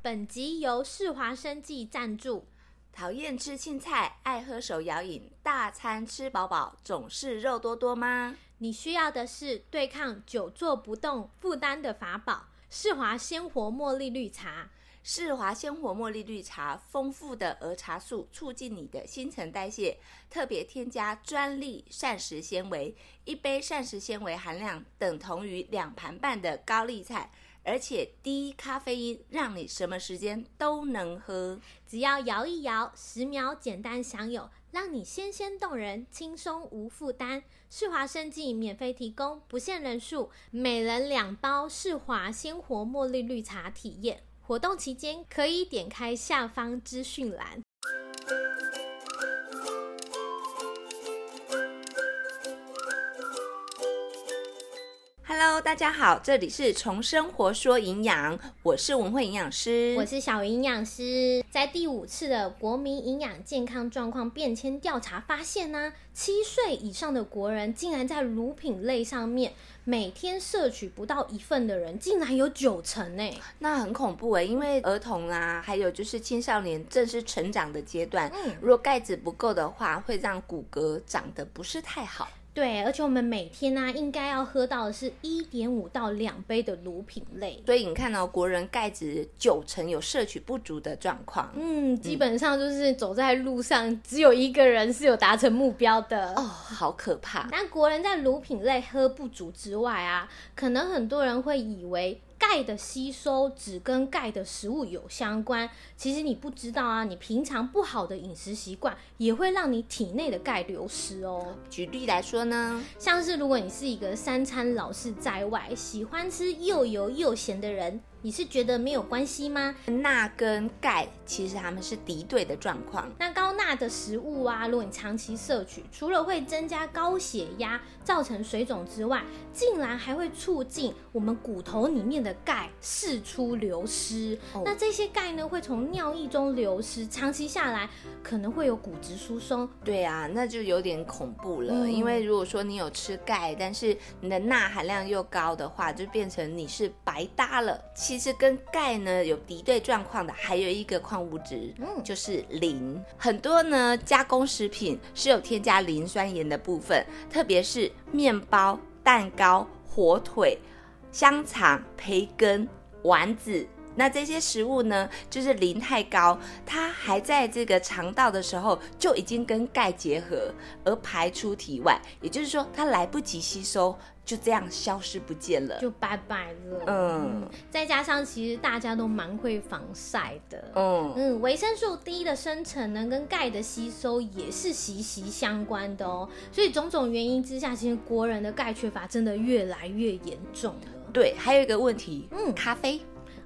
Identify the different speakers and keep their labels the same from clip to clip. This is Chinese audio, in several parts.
Speaker 1: 本集由世华生技赞助。
Speaker 2: 讨厌吃青菜，爱喝手摇饮，大餐吃饱饱，总是肉多多吗？
Speaker 1: 你需要的是对抗久坐不动负担的法宝——世华鲜活茉莉绿茶。
Speaker 2: 世华鲜活茉莉绿茶丰富的儿茶素促进你的新陈代谢，特别添加专利膳食纤维，一杯膳食纤维含量等同于两盘半的高丽菜，而且低咖啡因，让你什么时间都能喝。
Speaker 1: 只要摇一摇，十秒简单享有，让你鲜鲜动人，轻松无负担。世华生技免费提供，不限人数，每人两包世华鲜活茉莉绿茶体验。活动期间可以点开下方资讯栏。
Speaker 2: Hello，大家好，这里是从生活说营养，我是文慧营养师，
Speaker 1: 我是小营养师。在第五次的国民营养健康状况变迁调查发现呢、七岁以上的国人竟然在乳品类上面每天摄取不到一份的人，竟然有九成呢、
Speaker 2: 那很恐怖欸诶，因为儿童啊，还有就是青少年正是成长的阶段，
Speaker 1: 嗯
Speaker 2: 如果钙质不够的话，会让骨骼长得不是太好。
Speaker 1: 对，而且我们每天呢、应该要喝到的是一点五到两杯的乳品类。
Speaker 2: 所以你看哦，国人钙质九成有摄取不足的状况。
Speaker 1: 嗯，基本上就是走在路上，只有一个人是有达成目标的。
Speaker 2: 哦，好可怕！
Speaker 1: 但国人在乳品类喝不足之外啊，可能很多人会以为钙的吸收只跟钙的食物有相关，其实你不知道啊，你平常不好的饮食习惯也会让你体内的钙流失哦。
Speaker 2: 举例来说呢，
Speaker 1: 像是如果你是一个三餐老是在外，喜欢吃又油又咸的人，你是觉得没有关系吗？
Speaker 2: 钠跟钙其实它们是敌对的状况。
Speaker 1: 那高钠的食物啊，如果你长期摄取，除了会增加高血压、造成水肿之外，竟然还会促进我们骨头里面的钙释出流失。
Speaker 2: 哦
Speaker 1: 那这些钙呢，会从尿液中流失，长期下来可能会有骨质疏松。
Speaker 2: 对啊，那就有点恐怖了，
Speaker 1: 嗯
Speaker 2: 因为如果说你有吃钙，但是你的钠含量又高的话，就变成你是白搭了。其实跟钙呢有敌对状况的，还有一个矿物质，
Speaker 1: 嗯
Speaker 2: 就是磷。很多呢加工食品是有添加磷酸盐的部分，特别是面包、蛋糕、火腿、香肠、培根、丸子。那这些食物呢，就是磷太高，它还在这个肠道的时候就已经跟钙结合，而排出体外，也就是说它来不及吸收，就这样消失不见了。
Speaker 1: 就拜拜了。
Speaker 2: 呃嗯
Speaker 1: 再加上其实大家都蛮会防晒的。
Speaker 2: 嗯，
Speaker 1: 嗯，维生素 D 的生成呢，跟钙的吸收也是息息相关的哦。所以种种原因之下，其实国人的钙缺乏真的越来越严重了。
Speaker 2: 对，还有一个问题，
Speaker 1: 嗯
Speaker 2: 咖啡。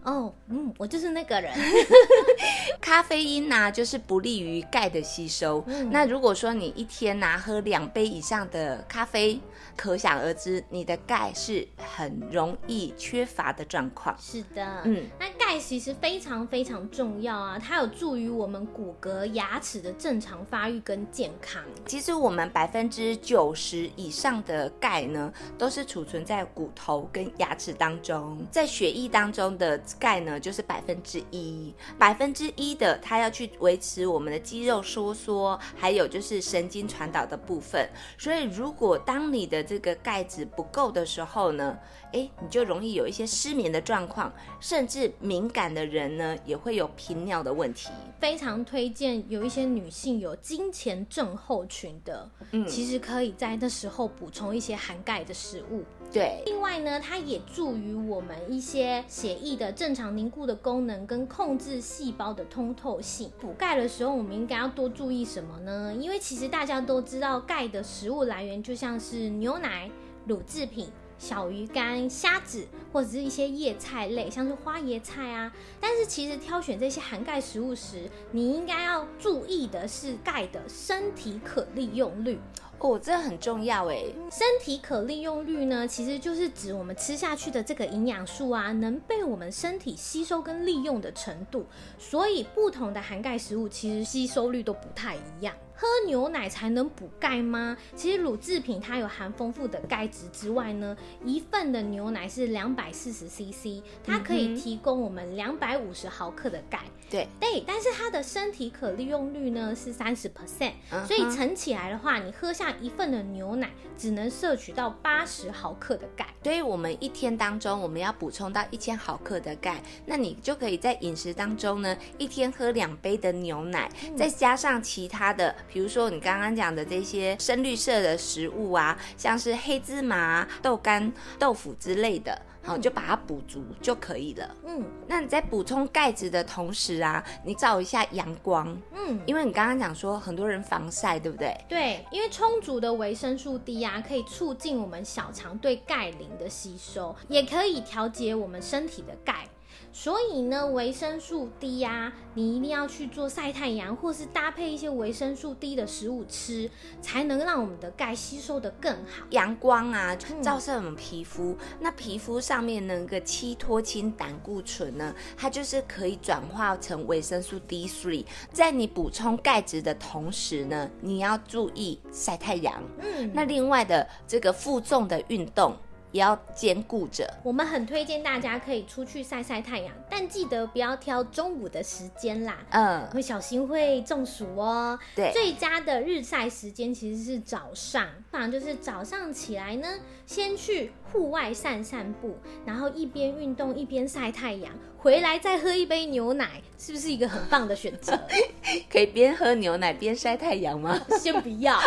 Speaker 1: 哦，嗯，我就是那个人。
Speaker 2: 咖啡因呐、就是不利于钙的吸收。
Speaker 1: 嗯
Speaker 2: 那如果说你一天呐、喝两杯以上的咖啡，可想而知，你的钙是很容易缺乏的状况。
Speaker 1: 是的，
Speaker 2: 嗯，
Speaker 1: 那钙其实非常非常重要啊，它有助于我们骨骼、牙齿的正常发育跟健康。
Speaker 2: 其实我们百分之九十以上的钙呢，都是储存在骨头跟牙齿当中，在血液当中的钙呢，就是百分之一，百分之一的它要去维持我们的肌肉收缩，还有就是神经传导的部分。所以如果当你的这个钙质不够的时候呢，诶，你就容易有一些失眠的状况，甚至敏感的人呢，也会有频尿的问题。
Speaker 1: 非常推荐有一些女性有金钱症候群的，
Speaker 2: 嗯
Speaker 1: 其实可以在那时候补充一些含钙的食物。
Speaker 2: 对，
Speaker 1: 另外呢，它也助于我们一些血液的正常凝固的功能跟控制细胞的通透性。补钙的时候，我们应该要多注意什么呢？因为其实大家都知道，钙的食物来源就像是牛奶、乳制品。小鱼干、虾子或者是一些叶菜类，像是花椰菜啊。但是其实挑选这些含钙食物时，你应该要注意的是钙的身体可利用率。
Speaker 2: 哦，这很重要诶。
Speaker 1: 身体可利用率呢，其实就是指我们吃下去的这个营养素啊，能被我们身体吸收跟利用的程度。所以，不同的含钙食物其实吸收率都不太一样。喝牛奶才能补钙吗？其实乳制品它有含丰富的钙质之外呢，一份的牛奶是两百四十 CC，它可以提供我们两百五十毫克的钙。
Speaker 2: 对
Speaker 1: 对，但是它的身体可利用率呢是三十 percent，所以
Speaker 2: 嗯哼
Speaker 1: 乘起来的话，你喝下一份的牛奶只能摄取到八十毫克的钙。
Speaker 2: 所以我们一天当中我们要补充到一千毫克的钙，那你就可以在饮食当中呢，一天喝两杯的牛奶，再加上其他的，比如说你刚刚讲的这些深绿色的食物啊，像是黑芝麻、豆干、豆腐之类的，好，
Speaker 1: 嗯
Speaker 2: 就把它补足就可以了。
Speaker 1: 嗯
Speaker 2: 那你在补充钙质的同时啊，你照一下阳光，
Speaker 1: 嗯，
Speaker 2: 因为你刚刚讲说很多人防晒，对不对？
Speaker 1: 对，因为充足的维生素 D 啊，可以促进我们小肠对钙磷的吸收，也可以调节我们身体的钙。所以呢，维生素 D 啊，你一定要去做晒太阳，或是搭配一些维生素 D 的食物吃，才能让我们的钙吸收的更好。
Speaker 2: 阳光啊
Speaker 1: 嗯
Speaker 2: 照射我们皮肤，那皮肤上面那个七脱氢胆固醇呢，它就是可以转化成维生素 D3。在你补充钙质的同时呢，你要注意晒太阳。
Speaker 1: 嗯，
Speaker 2: 那另外的这个负重的运动也要兼顾着。
Speaker 1: 我们很推荐大家可以出去晒晒太阳，但记得不要挑中午的时间啦，
Speaker 2: 嗯，
Speaker 1: 会小心会中暑哦。
Speaker 2: 对，
Speaker 1: 最佳的日晒时间其实是早上，不然就是早上起来呢，先去户外散散步，然后一边运动一边晒太阳，回来再喝一杯牛奶，是不是一个很棒的选择？
Speaker 2: 可以边喝牛奶边晒太阳 吗？
Speaker 1: 先不要，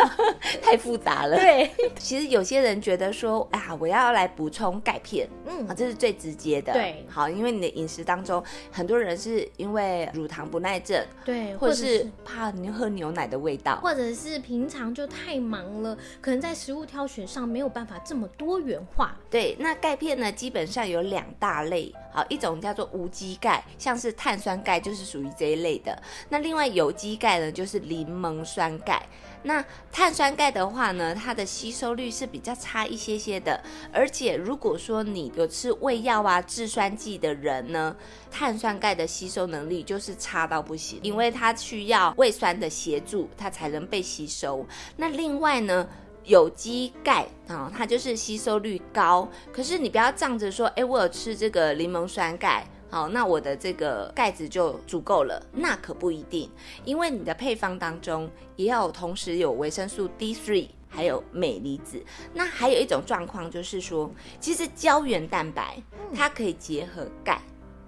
Speaker 2: 太复杂了。
Speaker 1: 对，
Speaker 2: 其实有些人觉得说啊，我要来补充钙片，
Speaker 1: 嗯
Speaker 2: 啊，这是最直接的。
Speaker 1: 对
Speaker 2: 好，因为你的饮食当中，很多人是因为乳糖不耐症，
Speaker 1: 对，或
Speaker 2: 或者
Speaker 1: 者
Speaker 2: 是
Speaker 1: 是。
Speaker 2: 怕你喝牛奶的味道。
Speaker 1: 或者是平常就太忙了，可能在食物挑选上没有办法这么多元化。
Speaker 2: 对，那钙片呢，基本上有两大类，好，一种叫做无机钙，像是碳酸钙就是属于这一类的。那另外有机钙呢，就是柠檬酸钙。那碳酸钙的话呢，它的吸收率是比较差一些些的，而且如果说你有吃胃药啊、制酸剂的人呢，碳酸钙的吸收能力就是差到不行，因为它需要胃酸的协助，它才能被吸收。那另外呢，有机钙啊、它就是吸收率高，可是你不要仗着说，哎，我有吃这个柠檬酸钙。好，那我的这个钙质就足够了，那可不一定，因为你的配方当中也要有同时有维生素 D3，还有镁离子。那还有一种状况就是说，其实胶原蛋白它可以结合钙，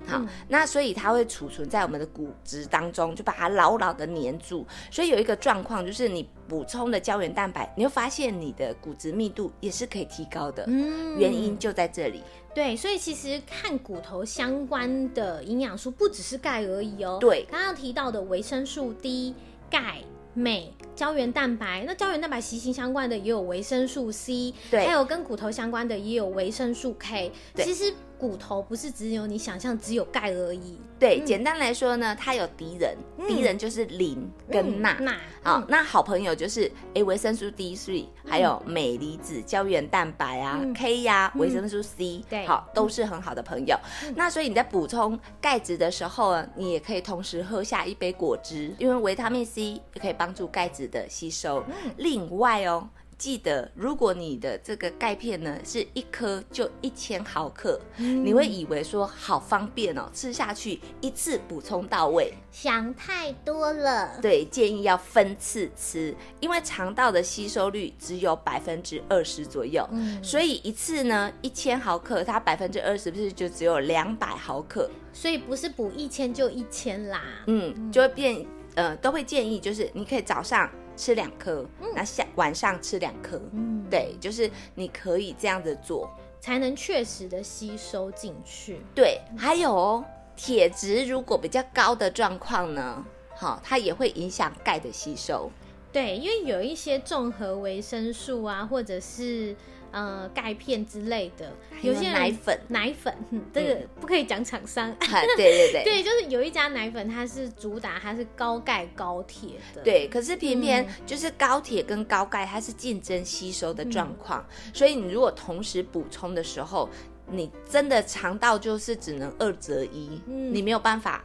Speaker 2: 好，呃
Speaker 1: 嗯
Speaker 2: 那所以它会储存在我们的骨质当中，就把它牢牢的粘住。所以有一个状况就是，你补充的胶原蛋白，你会发现你的骨质密度也是可以提高的，
Speaker 1: 嗯
Speaker 2: 原因就在这里。
Speaker 1: 对，所以其实和骨头相关的营养素不只是钙而已哦。
Speaker 2: 对
Speaker 1: 刚刚提到的维生素 D、钙、镁、胶原蛋白，那胶原蛋白息息相关的也有维生素 C，
Speaker 2: 对
Speaker 1: 还有跟骨头相关的也有维生素 K。
Speaker 2: 对
Speaker 1: 其实骨头不是只有你想象只有钙而已，
Speaker 2: 对，
Speaker 1: 嗯
Speaker 2: 简单来说呢，它有敌人，
Speaker 1: 嗯
Speaker 2: 敌人就是磷跟
Speaker 1: 嗯
Speaker 2: 钠。
Speaker 1: 钠
Speaker 2: 好
Speaker 1: 嗯，
Speaker 2: 那好朋友就是诶维生素 D 3还有镁离子、胶原蛋白啊、
Speaker 1: 嗯
Speaker 2: K 呀、
Speaker 1: 嗯
Speaker 2: 维生素 C，
Speaker 1: 对嗯
Speaker 2: 好，都是很好的朋友。那所以你在补充钙质的时候啊，你也可以同时喝下一杯果汁，因为维他命 C 也可以帮助钙质的吸收。
Speaker 1: 嗯
Speaker 2: 另外哦。记得，如果你的这个钙片呢是一颗就一千毫克，
Speaker 1: 嗯
Speaker 2: 你会以为说好方便哦，吃下去一次补充到位。
Speaker 1: 嗯想太多 了。
Speaker 2: 对，建议要分次吃，因为肠道的吸收率只有百分之二十左右。
Speaker 1: 嗯，
Speaker 2: 所以一次呢，一千毫克，它百分之二十不是就只有两百毫克？
Speaker 1: 所以不是补一千就一千啦。
Speaker 2: 嗯，就会变呃，都会建议就是你可以早上吃两颗，那下晚上吃两颗，
Speaker 1: 嗯，
Speaker 2: 对，就是你可以这样子做。
Speaker 1: 才能确实的吸收进去。
Speaker 2: 对，还有哦，铁质如果比较高的状况呢，好、它也会影响钙的吸收。
Speaker 1: 对，因为有一些综合维生素啊，或者是呃钙片之类的，有些人
Speaker 2: 哎奶粉，
Speaker 1: 奶粉，哼这个不可以讲厂商。
Speaker 2: 啊， 对对对，
Speaker 1: 对，就是有一家奶粉，它是主打它是高钙高铁的。，
Speaker 2: 对，可是偏偏
Speaker 1: 嗯
Speaker 2: 就是高铁跟高钙，它是竞争吸收的状况，所以你如果同时补充的时候，你真的肠道就是只能二择一，
Speaker 1: 嗯
Speaker 2: 你没有办法，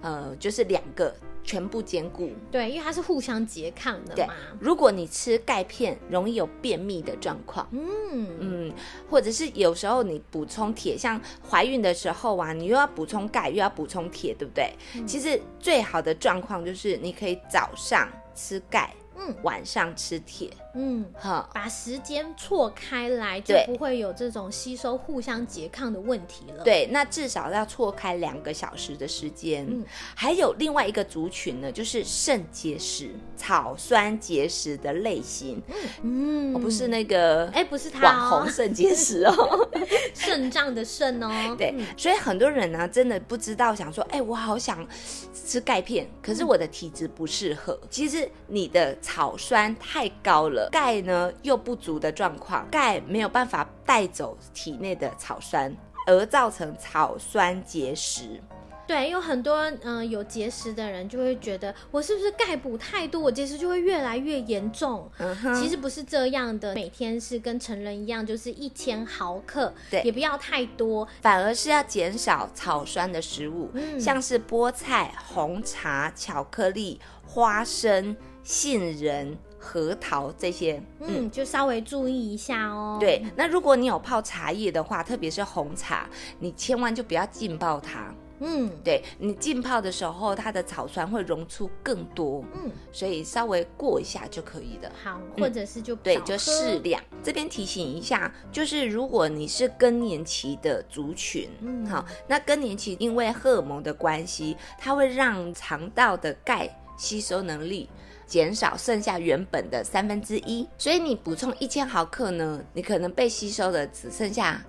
Speaker 2: 呃，就是两个全部兼顾。
Speaker 1: 对，因为它是互相拮抗的
Speaker 2: 对
Speaker 1: 嘛。
Speaker 2: 如果你吃钙片，容易有便秘的状况。
Speaker 1: 嗯，
Speaker 2: 嗯，或者是有时候你补充铁，像怀孕的时候啊，你又要补充钙，又要补充铁，对不对？
Speaker 1: 嗯
Speaker 2: 其实最好的状况就是你可以早上吃钙，
Speaker 1: 嗯
Speaker 2: 晚上吃铁，
Speaker 1: 嗯，
Speaker 2: 哈。
Speaker 1: 把时间错开来，就
Speaker 2: 对
Speaker 1: 不会有这种吸收互相拮抗的问题了。，
Speaker 2: 对，那至少要错开两个小时的时间。
Speaker 1: 嗯
Speaker 2: 还有另外一个族群呢，就是肾结石、草酸结石的类型，
Speaker 1: 嗯
Speaker 2: 哦不是，那个
Speaker 1: 哎，不是它
Speaker 2: 网
Speaker 1: 哦
Speaker 2: 红，肾结石 哦。
Speaker 1: 肾脏的肾 哦。
Speaker 2: 对，
Speaker 1: 嗯
Speaker 2: 所以很多人呢、真的不知道，想说，哎、我好想吃钙片，可
Speaker 1: 嗯
Speaker 2: 是我的体质不适合。其实你的草酸太高了，钙呢又不足的状况，钙没有办法带走体内的草酸，而造成草酸结石。
Speaker 1: 对，有很多嗯、呃有结石的人就会觉得，我是不是钙补太多，我结石就会越来越严重？
Speaker 2: 嗯哼，
Speaker 1: 其实不是这样的，每天是跟成人一样，就是一千毫克，
Speaker 2: 对
Speaker 1: 也不要太多。
Speaker 2: 反而是要减少草酸的食物，
Speaker 1: 嗯
Speaker 2: 像是菠菜、红茶、巧克力、花生、杏仁、核桃这些。
Speaker 1: 嗯，就稍微注意一下哦。，
Speaker 2: 对，那如果你有泡茶叶的话，特别是红茶，你千万就不要浸泡它。
Speaker 1: 嗯
Speaker 2: 对你浸泡的时候，它的草酸会溶出更多，
Speaker 1: 嗯，
Speaker 2: 所以稍微过一下就可以了。
Speaker 1: 好，或者是就
Speaker 2: 嗯对
Speaker 1: 少，
Speaker 2: 就
Speaker 1: 喝
Speaker 2: 适量。这边提醒一下，就是如果你是更年期的族群，
Speaker 1: 嗯
Speaker 2: 好，那更年期因为荷尔蒙的关系，它会让肠道的钙吸收能力减少，剩下原本的三分之一，所以你补充一千毫克呢，你可能被吸收的只剩下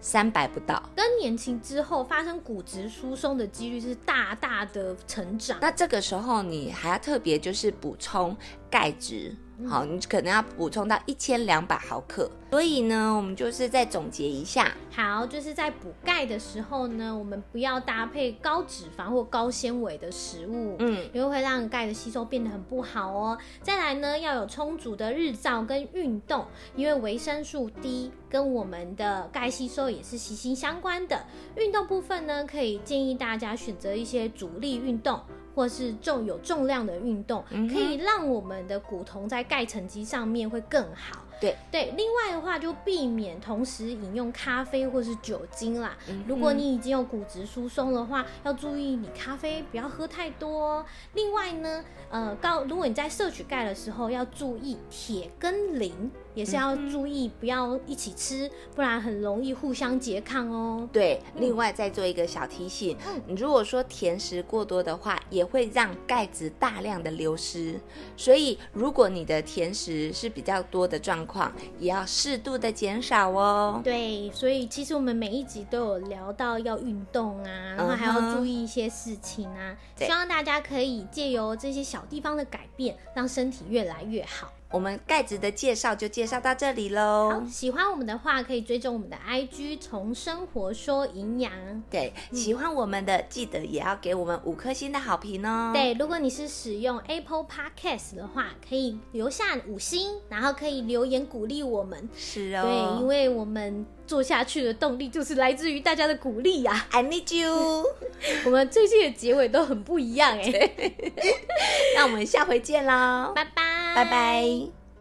Speaker 2: 三百不到。
Speaker 1: 更年期之后发生骨质疏松的几率是大大的成长。
Speaker 2: 那这个时候你还要特别就是补充钙质，好，你可能要补充到一千两百毫克。所以呢，我们就是再总结一下，
Speaker 1: 好，就是在补钙的时候呢，我们不要搭配高脂肪或高纤维的食物。
Speaker 2: 嗯，
Speaker 1: 因为会让钙的吸收变得很不好哦。再来呢，要有充足的日照跟运动，因为维生素 D 跟我们的钙吸收也是息息相关的。运动部分呢，可以建议大家选择一些主力运动。或是重有重量的运动，
Speaker 2: 嗯哼
Speaker 1: 可以让我们的骨酮在钙沉积上面会更好。
Speaker 2: 对
Speaker 1: 对，另外的话就避免同时饮用咖啡或是酒精啦。
Speaker 2: 嗯
Speaker 1: 如果你已经有骨质疏松的话，要注意你咖啡不要喝太多哦、另外呢，呃，高如果你在摄取钙的时候要注意铁跟磷，也是要注意不要一起吃，不然很容易互相拮抗哦。
Speaker 2: 对，另外再做一个小提醒，
Speaker 1: 嗯
Speaker 2: 你如果说甜食过多的话，也会让钙质大量的流失。所以，如果你的甜食是比较多的状况，也要适度的减少哦。
Speaker 1: 对，所以其实我们每一集都有聊到要运动啊，然后还
Speaker 2: 嗯
Speaker 1: 要
Speaker 2: 哼
Speaker 1: 注意一些事情啊。
Speaker 2: 对
Speaker 1: 希望大家可以借由这些小地方的改变，让身体越来越好。
Speaker 2: 我们钙质的介绍就介绍到这里喽
Speaker 1: 好，。喜欢我们的话，可以追踪我们的 IG，从生活说营养。
Speaker 2: 对，喜欢我们的记得也要给我们五颗星的好评哦。，
Speaker 1: 对，如果你是使用 Apple Podcast 的话，可以留下五星，然后可以留言鼓励我们。
Speaker 2: 是
Speaker 1: 对，因
Speaker 2: 哦。
Speaker 1: 为我们做下去的动力就是来自于大家的鼓励呀、
Speaker 2: I need you，
Speaker 1: 我们最近的结尾都 很不一样哎、
Speaker 2: 那我们下回见喽，
Speaker 1: 拜拜，
Speaker 2: 拜拜